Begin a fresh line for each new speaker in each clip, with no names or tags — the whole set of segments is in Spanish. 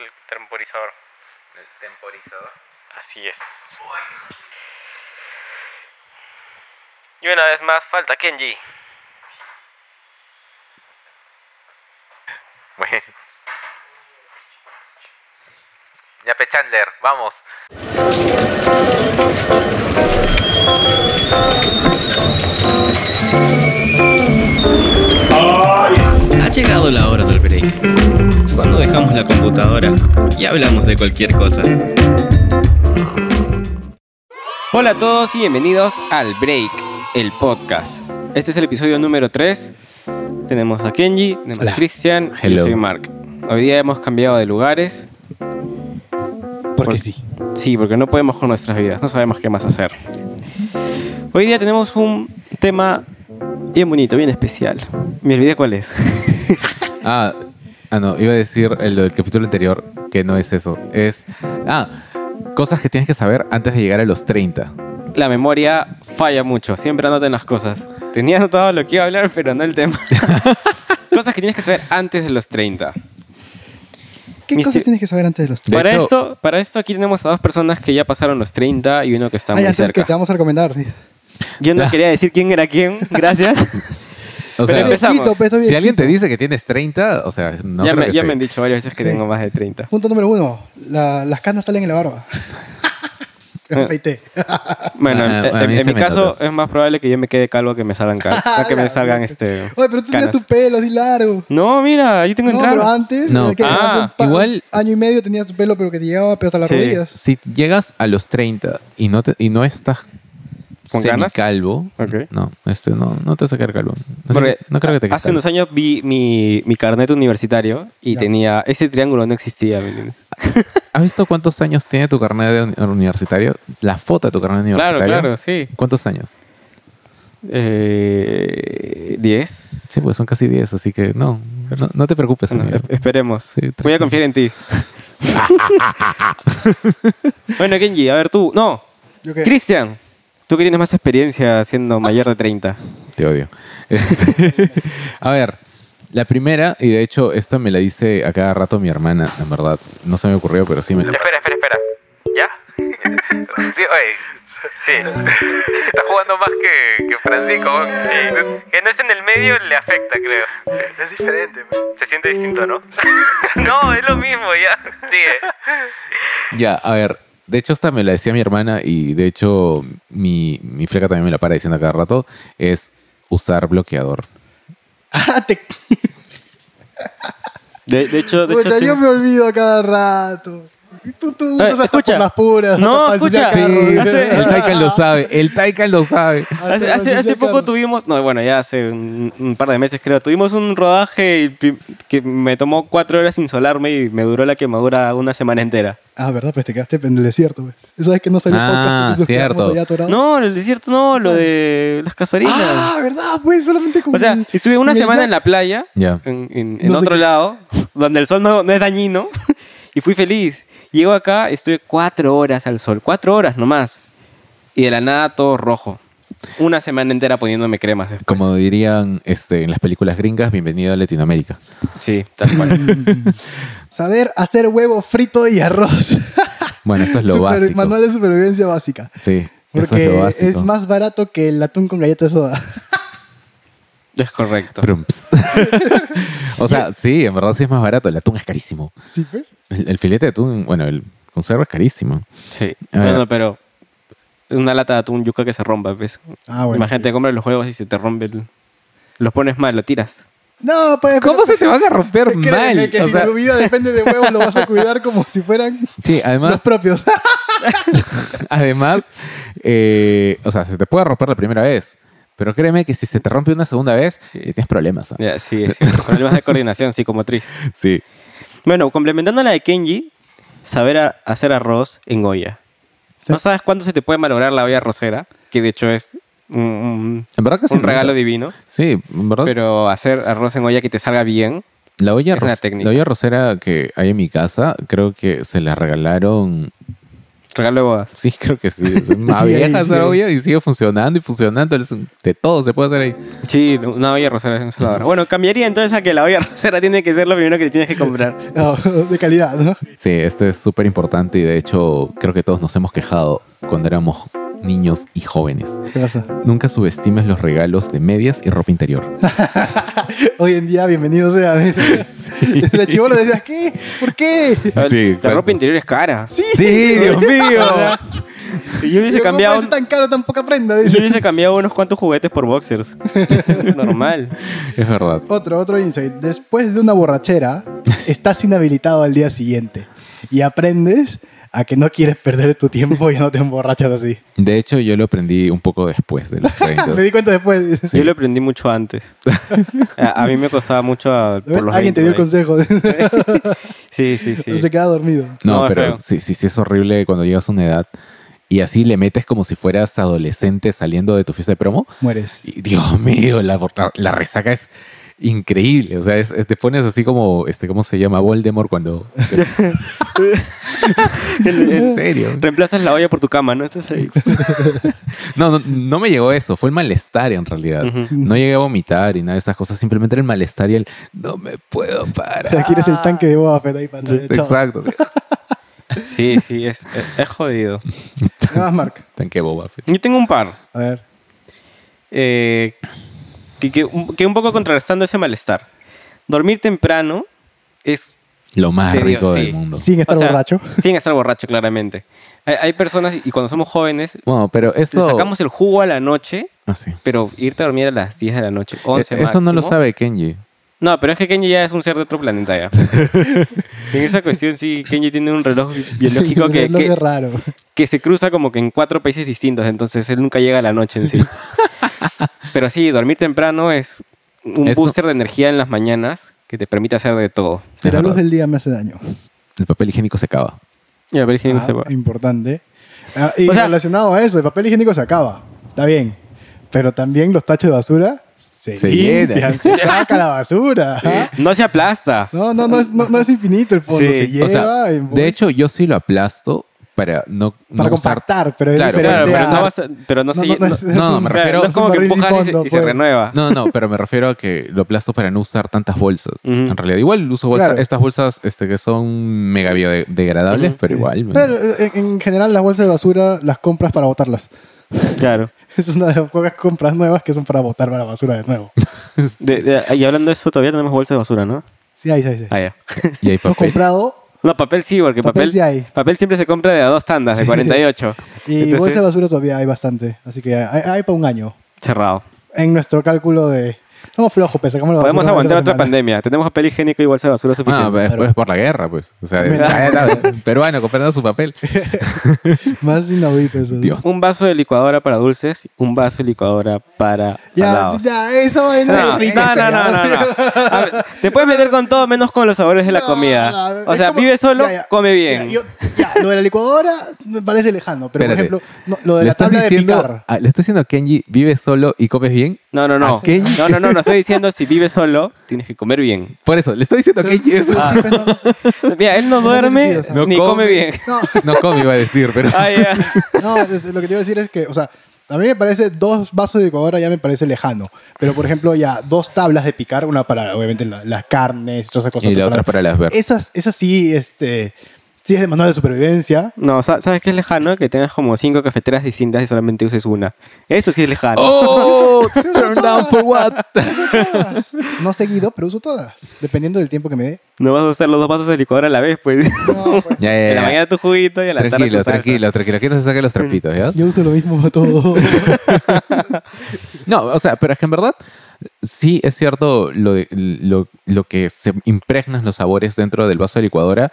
El temporizador.
El temporizador.
Así es. Y una vez más falta Kenji.
Bueno. Yape Chandler, vamos.
Ha llegado la hora del break. Es cuando dejamos la computadora y hablamos de cualquier cosa.
Hola a todos y bienvenidos al Break, el podcast. Este es el episodio número 3. Tenemos a Kenji, tenemos a Cristian y yo
Hello.
soy Mark. Hoy día hemos cambiado de lugares.
Porque
Por-
sí.
Sí, porque no podemos con nuestras vidas, no sabemos qué más hacer. Hoy día tenemos un tema bien bonito, bien especial. Me olvidé cuál es.
Ah, ah, no, iba a decir el, del capítulo anterior que no es eso. Es. Ah, cosas que tienes que saber antes de llegar a los 30.
La memoria falla mucho, siempre anoten las cosas. Tenía anotado lo que iba a hablar, pero no el tema. cosas que tienes que saber antes de los 30.
¿Qué
Mis
cosas
tío-
tienes que saber antes de los
De
30?
Para,
hecho-
esto, para esto aquí tenemos a dos personas que ya pasaron los 30 y uno que está
Ah,
muy
ya, entonces que
cerca.
te vamos a recomendar. dices.
Yo no quería decir quién era quién, gracias.
O
Pero
sea,
empezamos.
Viejito, pues, estoy
si alguien te
viejito.
dice que tienes 30, o sea, no
ya
creo
me,
que
ya
se-
me han dicho varias veces que
Sí.
tengo más de 30.
Punto número uno. la- las carnes salen en la barba. Me afeité.
Bueno,
Ah,
en,
a
en-
mí
en
se
mi
me
caso
nota.
es más probable que yo me quede calvo que me salgan cal- a que me salgan este.
Oye, pero tú tenías
canas.
tu pelo así largo.
No, mira, ahí tengo
No,
entrada.
pero antes,
No.
eh, que
Ah,
hace un pa-
igual-
año y medio tenías tu pelo, pero que te llegaba pero hasta las
Sí.
rodillas.
Si llegas a los 30 y no, te- y no estás
¿Con ganas?
calvo,
Ok.
no, este, no, no te vas a quedar calvo. Así
Porque
que no creo que te quedes
hace
calvo.
unos años vi mi, mi carnet universitario y
Ya.
tenía. Ese triángulo no existía. ¿me entiendes?
¿Has visto cuántos años tiene tu carnet de uni- universitario? La foto de tu carnet
Claro,
universitario.
claro, sí.
¿Cuántos años?
Eh, 10.
Sí, pues son casi 10, así que no, no, no te preocupes,
Bueno, eh,
amigo.
esp- esperemos.
Sí,
Voy a
tranquilo.
confiar en ti. bueno, Kenji, a ver tú. No,
Yo qué.
Cristian, tú que tienes más experiencia siendo mayor de 30.
Te odio. Este, a ver, la primera, y de hecho esta me la dice a cada rato mi hermana, en verdad. No se me ocurrió, pero sí me la...
Espera, espera, espera. ¿Ya? sí, oye. Sí. Está jugando más que, que Francisco. Sí.
Que no es en el medio le afecta, creo.
Es diferente. pues.
Se siente distinto, ¿no? no, es lo mismo, ya. eh. Sigue.
Ya, a ver, de hecho esta me la decía mi hermana y de hecho mi, mi fleca también me la para diciendo a cada rato, es usar bloqueador.
Ah, te-
De, de hecho, de
Pucha,
hecho,
yo
ten-
me olvido a cada rato. Tú, tú
Eh,
usas hasta
escucha.
por las puras.
No,
hasta para
escucha.
ensuciar
Sí,
carros.
hace-
el Taikan lo sabe, el Taikan lo sabe.
Hasta
Hace,
para
hace- hace
ensuciar
poco
carros.
tuvimos, no, bueno, ya hace un, un par de meses creo, tuvimos un rodaje y pi- que me tomó cuatro horas sin solarme y me duró la quemadura una semana entera.
Ah, verdad, pues te quedaste en el desierto. Pues. ¿Sabes que no salió
Ah,
podcast? Entonces
cierto.
quedamos allá atorados.
No, el desierto no, lo de las casuarinas.
Ah, verdad, pues solamente con
O sea, estuve una
con el
semana
Jack.
en la playa,
Ya.
en, en-
No
en
sé
otro
qué-
lado, donde el sol no, no es dañino, y fui feliz. Llego acá, estuve cuatro horas al sol, cuatro horas nomás, y de la nada todo rojo. Una semana entera poniéndome cremas después.
Como dirían este, en las películas gringas, bienvenido a Latinoamérica.
Sí, tal cual.
Saber hacer huevo frito y arroz.
Bueno, eso es lo
Super-
básico.
Manual de supervivencia básica.
Sí, eso
Porque
es lo
es,
básico.
más barato que el atún con galletas de soda.
es correcto.
Prumps. o sea, sí, en verdad sí es más barato. El atún es carísimo.
¿Sí, pues?
El, el filete de atún, bueno, el conserva es carísimo.
Sí.
A ver.
Bueno, pero una lata de atún yuca que se rompa, ¿ves?
Ah, bueno,
Imagínate, compras los juegos y se te rompe el- Los pones mal, lo tiras.
No, pues.
¿Cómo se te van a romper
pero- créeme
mal?
que
O
si
sea,
tu vida depende de huevos, lo vas a cuidar como si fueran
sí,
los
además,
propios.
además eh, o sea, se te puede romper la primera vez. Pero créeme que si se te rompe una segunda vez, ya tienes problemas. ¿ah?
Ya, sí, sí. Problemas de coordinación, psicomotriz.
Sí.
Bueno, complementando la de Kenji, saber a- hacer arroz en olla. No sabes cuándo se te puede malograr la olla arrocera, que de hecho es un, un-
En verdad casi
un regalo
nunca.
divino,
Sí, en verdad.
pero hacer arroz en olla que te salga bien.
La olla,
Es una
arroz-
técnica.
la olla arrocera que hay en mi casa, creo que se la regalaron
regalo de bodas.
Sí, creo que sí. Es una
Sigue ahí,
vieja esa
sigue ahí.
olla y sigue funcionando y funcionando. Es un- De todo se puede hacer ahí.
Sí, una olla rosera es ensaladora. Bueno, cambiaría entonces a que la olla rosera tiene que ser lo primero que tienes que comprar.
No, de calidad, ¿no?
Sí, esto es súper importante y de hecho creo que todos nos hemos quejado cuando éramos niños y jóvenes.
¿Qué pasa?
Nunca subestimes los regalos de medias y ropa interior.
Hoy en día, bienvenido sea. De chivolo decías, ¿qué? ¿Por qué?
Sí,
la
exacto.
Ah, ropa interior es cara.
Sí,
Sí, Dios mío.
Y Yo hubiese
Digo, ¿Cómo
cambiado.
puede ser tan caro, tan poca prenda?
Yo
Dice.
hubiese cambiado unos cuantos juguetes por boxers. Normal.
Es verdad.
Otro, otro insight. Después de una borrachera, estás inhabilitado al día siguiente y aprendes a que no quieres perder tu tiempo y no te emborrachas así.
De hecho, yo lo aprendí un poco después de los 30.
Me di cuenta después.
Sí.
Yo lo aprendí mucho antes. A, a mí me costaba mucho a- por
¿Ves?
los
Alguien te dio el
20
consejo.
por ahí. Sí, sí, sí.
Se queda dormido.
No,
No, es
pero
feo.
sí, sí, sí es horrible cuando llegas a una edad y así le metes como si fueras adolescente saliendo de tu fiesta de promo.
Mueres.
Y, Dios mío, la, la- la resaca es increíble. O sea, es- es- te pones así como, este, ¿cómo se llama? Voldemort cuando... en serio.
Reemplazas la olla por tu cama, ¿no? Estás ahí.
No, no, no me llegó eso. Fue el malestar en realidad.
Ujú.
No llegué a vomitar y nada de esas cosas. Simplemente era el malestar y el no me puedo
O sea,
parar.
quieres el tanque de Boba Fett ahí para Chao.
Exacto.
Sí, sí, es, es, es jodido.
Nada más, Mark.
Tan que boba. Fett.
Yo tengo un par.
A ver.
eh, que, que un- que un poco contrarrestando ese malestar. Dormir temprano es
Lo más
Te digo,
rico del
sí.
mundo.
Sin estar
O sea,
borracho.
Sin estar borracho, claramente. Hay, hay personas, y cuando somos jóvenes,
Bueno, pero
le
eso...
sacamos el jugo a la noche,
Ah, sí.
pero irte a dormir a las 10 de la noche, 11
Eh, Eso no lo
máximo.
sabe Kenji.
No, pero es que Kenji ya es un ser de otro planeta ya. en esa cuestión sí, Kenji tiene un reloj biológico
Un
que,
reloj
que-
es raro.
que se cruza como que en cuatro países distintos, entonces él nunca llega a la noche en sí. pero sí, dormir temprano es un
Eso-
booster de energía en las mañanas que te permite hacer de todo.
Pero
Es
la luz
verdad.
del día me hace daño.
El papel higiénico se acaba.
Y el virgen
Ah,
se va.
Importante. Ah, y
O sea-
relacionado a eso, el papel higiénico se acaba. Está bien. Pero también los tachos de basura se,
Se
limpian.
llenan.
Se saca la basura. ¿ah?
No se aplasta.
No, no, no es, no, no es infinito el fondo.
Sí.
Se
O
lleva.
o sea,
en-
de hecho, yo sí lo aplasto para no.
para
no usar-
compactar, pero es
Claro,
diferente.
Claro, pero
a-
no, vas a- pero no
No,
se
no, no
no-
es-
no, no,
un-
me
o sea,
refiero-
no es como que
barril sin
empujas y se- y,
fondo,
se
pues.
renueva.
No, no, pero me refiero a que lo aplasto para no usar tantas bolsas.
Ujú.
En realidad, igual uso bolsas,
Claro.
estas bolsas este, que son mega biodegradables, pero igual. me-
Pero, eh, en, en general las bolsas de basura las compras para botarlas.
Claro.
Es una de las pocas compras nuevas que son para botar para basura de nuevo.
De- de- y hablando de eso, todavía tenemos bolsas de basura, ¿no?
Sí, ahí, sí, ahí. sí.
Ah, ya.
y pues, hay
Hemos
papel.
comprado
No, papel sí, porque
Papel
papel, papel,
sí hay.
siempre se compra de a dos tandas, de 48.
y
Entonces,
bolsa de basura todavía hay bastante. Así que hay, hay para un año.
cerrado.
En nuestro cálculo de... Somos flojos, pues, sacamos la
Podemos
basura
aguantar
una vez a
otra
la semana.
pandemia. Tenemos papel higiénico y bolsa de basura
Ah,
suficiente.
pero después por la guerra, pues. O sea, de-
Mira.
Ah, ya está, peruano comprando su papel.
Más inaudito eso.
Dios.
un vaso de licuadora para dulces, un vaso de licuadora para
Ya,
salados.
ya, esa vaina
No,
es rica.
no, no, no, no, no. A ver, te puedes meter con todo menos con los sabores de la comida. O sea, vive solo, come bien.
Ya, yo- ya, lo de la licuadora me parece lejano, pero
Espérate.
por ejemplo, no, lo de
le
la
estás
tabla de
diciendo,
picar.
ah, le estás diciendo a Kenji, vive solo y comes bien.
No, no, no.
¿A Kenji?
No, no, no, no estoy diciendo si vives solo, tienes que comer bien.
Por eso, le estoy diciendo a Kenji eso.
Ah,
Mira, él no
No, no
duerme
suicidas,
¿no?
ni
No
come
come.
bien.
No,
No come, iba a decir, pero.
Ah, ya.
No, es- lo que te iba a decir es que, o sea, a mí me parece dos vasos de licuadora ya me parece lejano. Pero, por ejemplo, ya dos tablas de picar, una para, obviamente, la- las carnes y todas esas cosas.
Y la otra para las verduras.
Esas, esas sí, este, sí es de manual de supervivencia.
No, sa- ¿sabes qué es lejano? Que tengas como cinco cafeteras distintas y solamente uses una. Eso sí es lejano.
¡Oh! Turn down for what?
No seguido, pero uso todas, dependiendo del tiempo que me dé.
No vas a usar los dos vasos de licuadora a la vez, pues.
No, pues,
Ya, ya,
en la
ya.
mañana tu juguito y a la tarde tu
Tranquilo,
salsa.
tranquilo, tranquilo. Que no se saquen los trapitos, ¿ya?
yo uso lo mismo a todo. pues
No, o sea, pero es que en verdad sí es cierto lo, de- lo, lo que se impregnan los sabores dentro del vaso de licuadora,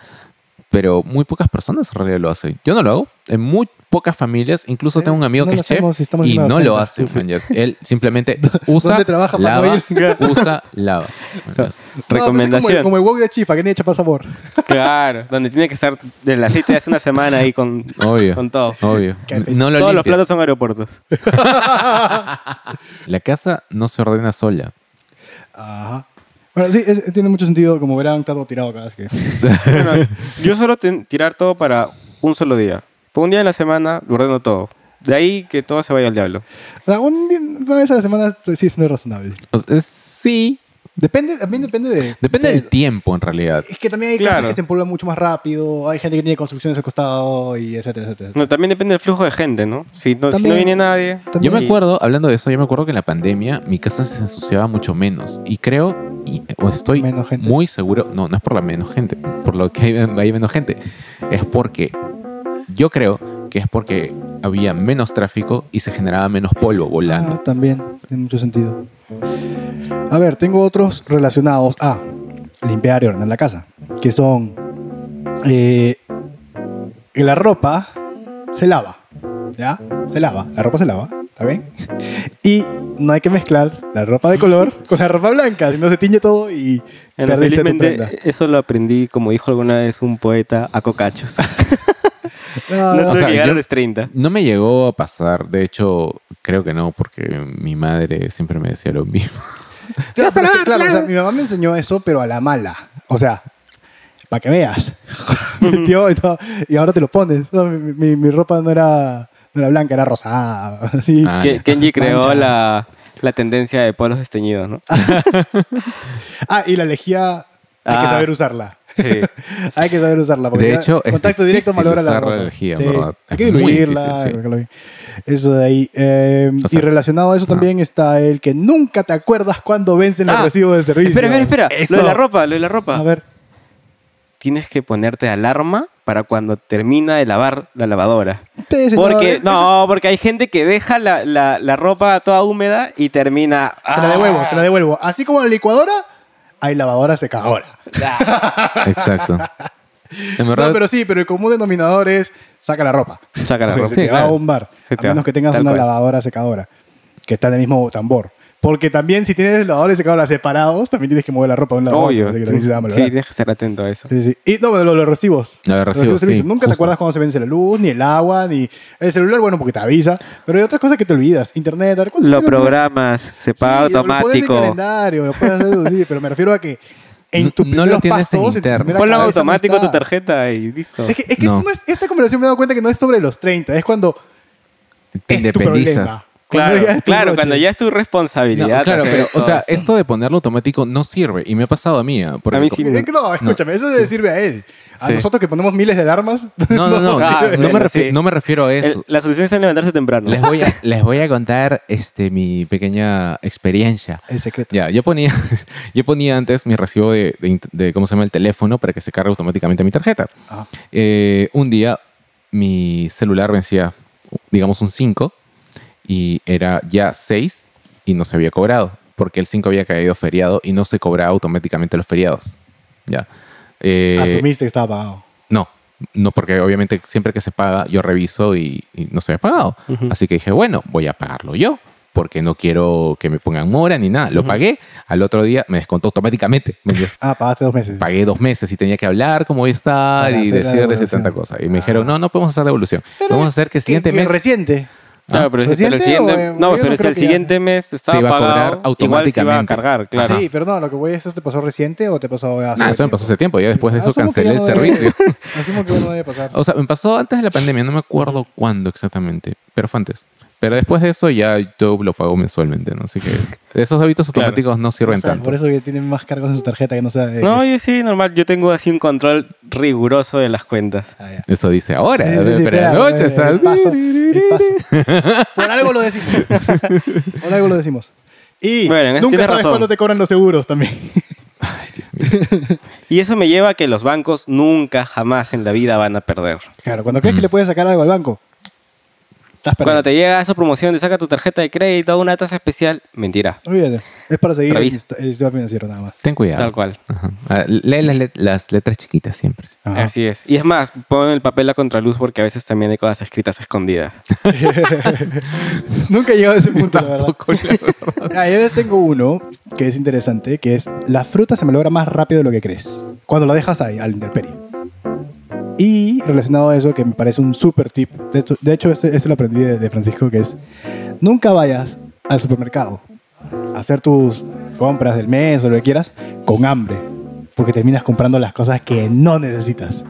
pero muy pocas personas en realidad lo hacen. Yo no lo hago. En muy pocas familias, incluso
Eh,
tengo un amigo
no
que
lo
es chef
hacemos si estamos
y
encima de
no lo
80.
hace.
Sí, sí.
man, yes. Él simplemente usa,
¿Dónde trabaja para
lava,
no ir?
usa, lava. man, yes.
Recomendación.
No, pues es como, el- como el wok de chifa, que ni echa para sabor.
Claro, donde tiene que estar del aceite de hace una semana ahí con,
Obvio.
con todo.
Obvio.
Qué feo.
No lo
Todos los
limpias.
platos son aeropuertos.
La casa no se ordena sola.
Ajá. Bueno, sí, es- tiene mucho sentido, como verán, está todo tirado acá. Así que...
Bueno, yo suelo ten- tirar todo para un solo día. Por un día de la semana lo ordeno todo. De ahí que todo se vaya al diablo.
O sea, un día- una vez a la semana sí es no razonable.
O sea, Sí,
Depende, también depende de...
depende
o sea,
del tiempo en realidad.
Es que también hay
Claro.
casas que se empolvan mucho más rápido, hay gente que tiene construcciones al costado y etcétera, etcétera.
No, también depende del flujo de gente, ¿no? Si no, si
También-
no viene nadie.
Yo
También-
me acuerdo, hablando de eso, yo me acuerdo que en la pandemia mi casa se ensuciaba mucho menos. Y creo, y- o estoy
Menos gente.
muy seguro, no, no es por la menos gente, por lo que hay, hay menos gente. Es porque, yo creo que es porque había menos tráfico y se generaba menos polvo volando.
Ah, también, en mucho sentido. A ver, tengo otros relacionados a limpiar y ordenar la casa, que son eh, la ropa se lava, ¿ya? Se lava, la ropa se lava, ¿está bien? Y no hay que mezclar la ropa de color con la ropa blanca, si no se tiñe todo y
Bueno,
perdiste tu prenda.
felizmente, eso lo aprendí, como dijo alguna vez un poeta, a cocachos.
Ah. No,
no
no,
tuve
sea,
que llegar
yo-
a los 30.
No me llegó a pasar, de hecho, creo que no, porque mi madre siempre me decía lo mismo.
Claro, pero es que, claro, o sea, mi mamá me enseñó eso, pero a la mala. O sea, para que veas. Metió y, todo, y ahora te lo pones. No, mi, mi- mi ropa no era, no era blanca, era rosada. así.
Ah,
Ke-
ya.
Kenji creó
Manchas.
la, la tendencia de polos desteñidos, ¿no?
Ah, y la lejía, hay
Ah.
que saber usarla.
Sí.
hay que saber usarla. Porque
De
ya
hecho, es
contacto directo
difícil
valora la
usar la
ropa.
lejía,
Sí,
¿verdad?
Hay que
Es muy
diluirla.
difícil, sí.
porque lo- Eso de ahí. Eh,
O sea,
y relacionado a eso también está el que nunca te acuerdas cuando vencen los
Ah,
recibos de servicio.
Espera, espera, espera.
Eso.
Lo de la ropa, lo de la ropa.
A ver.
Tienes que ponerte alarma para cuando termina de lavar la lavadora.
Pues,
Porque,
es-
no, porque hay gente que deja la, la- la ropa toda húmeda y termina.
Se la devuelvo,
Ah.
se la devuelvo. Así como la licuadora, hay lavadora secadora.
Ah.
Exacto. En verdad,
No, pero sí, pero el común denominador es saca la ropa.
Saca la
Porque
ropa.
Se te
Sí,
va a
claro.
bombar.
Se
a
te va,
menos que tengas
tal
una
cual.
lavadora secadora. Que está en el mismo tambor. Porque también si tienes lavadora y secadora separados, también tienes que mover la ropa de un lado a otro.
Obvio.
así
Sí,
que también se da a valorar.
tienes que estar atento a eso.
Sí, sí. Y no, bueno, los, los recibos.
Los recibos,
de servicio.
sí,
Nunca te
justo.
acuerdas cuando se vence la luz, ni el agua, ni el celular, bueno, porque te avisa. Pero hay otras cosas que te olvidas. Internet, dar cuenta.
Lo programas, se paga
Sí, Lo pones en
automático.
calendario, lo puedes hacer, sí, pero me refiero a que en
No-
tu
no
primeros
lo tienes en
pasos, tu
interno.
primera
Ponlo
cabeza no
automático
está.
tu tarjeta y listo.
Es que, es que
No.
esto no es- esta conversación me he dado cuenta que no es sobre los 30, es cuando
te
es tu
independizas.
problema.
Claro,
ya es tu
claro,
roche.
cuando ya es tu
No,
responsabilidad.
claro,
hacer
pero, o
todo
sea,
esto.
esto de ponerlo automático no sirve. Y me ha pasado a mí. ¿ah? Porque
A mí
co-
sí.
Es que No, escúchame, eso le sirve a él. A
Sí.
nosotros que ponemos miles de alarmas.
No, no,
No,
no. sí,
ah,
no, me
bueno,
refi-
sí.
no me refiero a
El-
eso.
la solución está en levantarse temprano.
Les voy, a, les voy a contar este, mi pequeña experiencia.
El secreto.
Ya, yo ponía, yo ponía antes mi recibo de, de int- de, ¿cómo se llama? El teléfono para que se cargue automáticamente mi tarjeta.
Ajá.
Eh, un día mi celular vencía, digamos, un 5 y era ya 6 y no se había cobrado porque el 5 había caído feriado y no se cobraba automáticamente los feriados. Ya. Eh,
Ah,
Asumiste que estaba pagado.
no, no, porque obviamente siempre que se paga, yo reviso y, y no se había pagado. Así que dije, bueno, voy a pagarlo yo, porque no quiero que me pongan mora ni nada. Lo pagué, al otro día me descontó automáticamente. Me dijo,
Ah, pagaste dos meses.
Pagué dos meses y tenía que hablar cómo voy a estar
Para
y
hacer la
decirles y
devolución.
tanta cosa. Y me
Ah.
dijeron, no, no podemos hacer devolución. Vamos a hacer que el
¿Qué-
siguiente
qué
mes
reciente.
Claro, pero, si- pero
¿Reciente
el siguiente,
o, eh,
no,
yo no
pero si
creo
el
que ya-
siguiente mes estaba
iba a
pagado,
cobrar
igual se iba a
automáticamente.
cargar, claro.
Ajá.
Sí, pero no, lo que voy a decir, ¿te pasó reciente o te pasó hace
Nah, Ah, eso me
tiempo? Ah,
pasó hace tiempo. Ya después de eso
Asumo que
cancelé
ya
el
no debe-
servicio.
Asumo que ya no debe pasar.
O sea, me pasó antes de la pandemia, no me acuerdo cuándo exactamente, pero fue antes. Pero después de eso ya yo lo pago mensualmente, ¿no? Así que esos hábitos
Claro.
automáticos no sirven
O sea,
tanto.
Por eso que tienen más cargos en su tarjeta que no sea de.
No, yo sí, normal. Yo tengo así un control riguroso de las cuentas.
Ah, ya.
Eso dice ahora,
Sí, sí, sí,
pero
espera,
anoche,
el
¿sabes?
paso, el paso. Por algo lo decimos. Por algo lo decimos. Y
Bueno, en eso
nunca
tienes
sabes
razón.
cuándo te cobran los seguros también.
Y eso me lleva a que los bancos nunca, jamás en la vida van a perder.
Claro, cuando crees que le puedes sacar algo al banco, estás perdido.
Cuando te llega esa promoción de saca tu tarjeta de crédito a una tasa especial, mentira.
Olvídate. Es para seguir el
Revisa.
sist- el sistema financiero nada más.
Ten cuidado.
Tal cual.
Ajá. Ah, Lee las, let- las letras chiquitas siempre.
Ajá.
Así es. Y es más, pon el papel a contraluz porque a veces también hay cosas escritas escondidas.
Nunca he llegado a ese punto, la verdad.
Tampoco, la verdad.
Ah, yo tengo uno que es interesante, que es la fruta se logra más rápido de lo que crees, cuando la dejas ahí, al intemperie. Y relacionado a eso, que me parece un súper tip, de hecho, de hecho ese- ese lo aprendí de, de Francisco, que es, nunca vayas al supermercado a hacer tus compras del mes o lo que quieras con hambre, porque terminas comprando las cosas que no necesitas.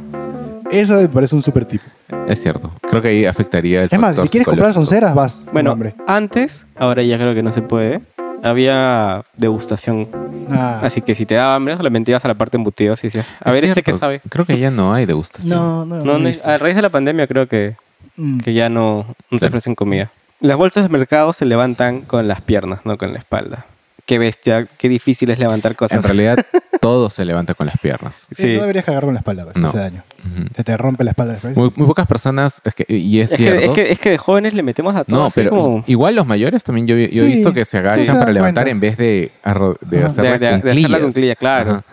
Eso me parece un súper tip.
Es cierto. Creo que ahí afectaría el
Es más, si
factor
quieres comprar
psicológico.
sonceras, vas. con
Bueno,
hambre.
antes, ahora ya creo que no se puede, había degustación.
Ah,
Así que si te daba hambre, solamente ibas a la parte embutidos y decías, a
Es
ver este
cierto.
que sabe.
Creo que ya no hay degustación.
No, no,
No,
no
no,
es-
a raíz de la pandemia creo que,
Mm.
que ya no, no te
Claro.
ofrecen comida. Las bolsas de mercado se levantan con las piernas, no con la espalda. Qué bestia, qué difícil es levantar cosas.
En realidad, todo se levanta con las piernas.
Sí,
sí.
No deberías cargar con la espalda, pues,
No.
hace daño.
Ujú.
Se te rompe la espalda después.
Muy, muy pocas personas, es que, y es,
Es que,
cierto.
es, que, es que de jóvenes le metemos a todo.
no,
así
pero
como-
igual los mayores también yo, yo he
Sí,
visto que se agachan
sí, se dan
para levantar
cuenta.
en vez de, arro- de
Ajá.
hacer
De-
las
de- de hacer la
cunclillas.
cunclilla, claro.
Ajá.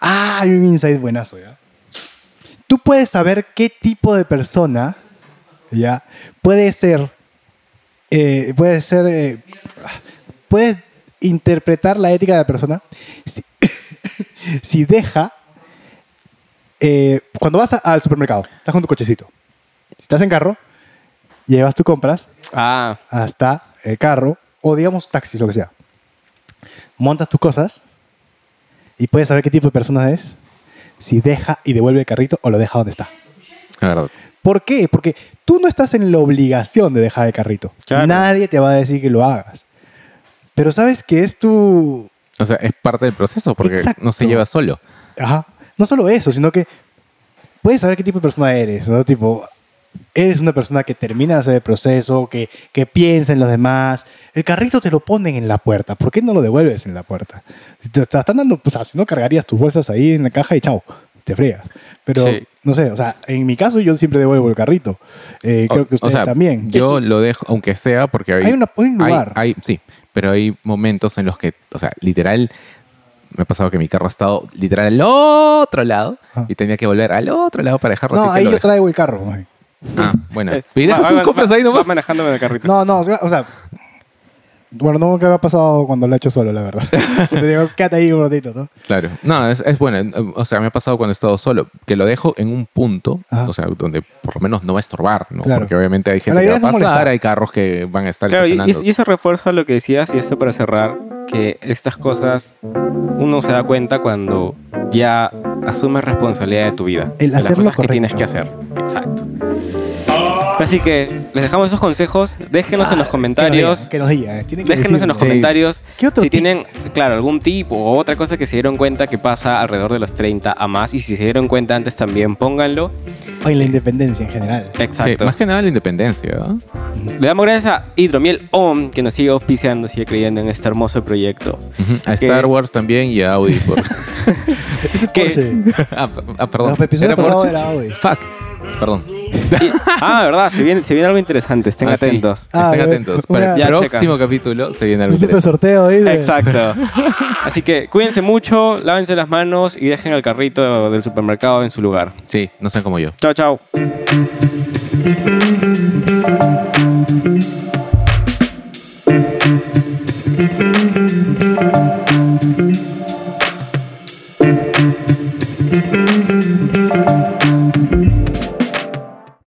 Ah, hay un insight buenazo, ¿ya? Tú puedes saber qué tipo de persona, ¿ya? Puede ser, eh, puede ser, eh, puedes interpretar la ética de la persona si, si deja, eh, cuando vas a- al supermercado, estás con tu cochecito, si estás en carro, llevas tus compras
Ah,
hasta el carro o digamos taxi, lo que sea. Montas tus cosas y puedes saber qué tipo de persona es, si deja y devuelve el carrito o lo deja donde está.
La verdad.
¿Por qué? Porque tú no estás en la obligación de dejar el carrito.
Claro.
Nadie te va a decir que lo hagas. Pero sabes que es tu...
O sea, es parte del proceso porque
Exacto.
no se lleva solo.
Ajá. No solo eso, sino que puedes saber qué tipo de persona eres, ¿no? Tipo, eres una persona que termina de hacer el proceso, que, que piensa en los demás. El carrito te lo ponen en la puerta. ¿Por qué no lo devuelves en la puerta? Si te, te están dando, pues, si no cargarías tus bolsas ahí en la caja y chao, te fregas. Pero,
Sí.
no sé, o sea, en mi caso yo siempre devuelvo el carrito. Eh, creo que
O- o
ustedes
sea,
también.
Yo lo dejo, aunque sea, porque hay,
Hay una- un
hay-
lugar.
hay- sí, pero hay momentos en los que, o sea, literal, me ha pasado que mi carro ha estado literal al otro lado
Ah.
y tenía que volver al otro lado para dejarlo.
no,
así que
ahí
lo
yo
dejé.
traigo el carro. más bien.
Ah, bueno.
eh,
Y
va-
dejas tus
va-
compras
va-
ahí nomás.
va manejándome en el carrito.
No, no, o sea, o sea, bueno, no nunca me ha pasado cuando lo he hecho solo, la verdad. Siempre digo, quédate ahí un ratito, ¿no?
Claro. No, es, es bueno. O sea, me ha pasado cuando he estado solo, que lo dejo en un punto,
Ajá.
o sea, donde por lo menos no va a estorbar, ¿no?
Claro.
Porque obviamente hay
La
gente que
idea
va a
es no
pasar,
molestar.
hay carros que van a estar
Claro, y-
estacionando.
y, eso refuerza lo que decías, y esto para cerrar, que estas cosas uno se da cuenta cuando ya asumes responsabilidad de tu vida. de
El
las
hacer lo
cosas que
correcto.
tienes que hacer. Exacto. Así que les dejamos esos consejos. Déjenos
Ah,
en los comentarios.
Que nos digan, que nos digan, eh. Tienen que
Déjenos en
decirnos.
los comentarios
¿Qué otro
si
tip?
tienen, claro, algún tip o otra cosa que se dieron cuenta que pasa alrededor de los 30 a más. Y si se dieron cuenta antes también, pónganlo.
O en la independencia en general.
Sí,
Exacto.
más que nada la independencia. ¿no?
Le damos gracias a Hidromiel OM, que nos sigue auspiciando, sigue creyendo en este hermoso proyecto.
Ujú. A
Que
Star
es-
Wars también y a Audi. por-
Ese
¿Qué?
Porsche.
ah, p- ah, perdón.
Los episodios
Era por-
pasados era Audi.
Fuck. Perdón.
Y- ah, verdad, se viene, se viene algo interesante, estén
Ah, sí.
atentos.
Ah,
Estén
eh,
atentos. Para el
una-
Ya
próximo capítulo se viene algo
Un super
interesante.
sorteo ahí. de-
Exacto. Así que cuídense mucho, lávense las manos y dejen el carrito del supermercado en su lugar.
Sí, no sean como yo.
Chao, chao.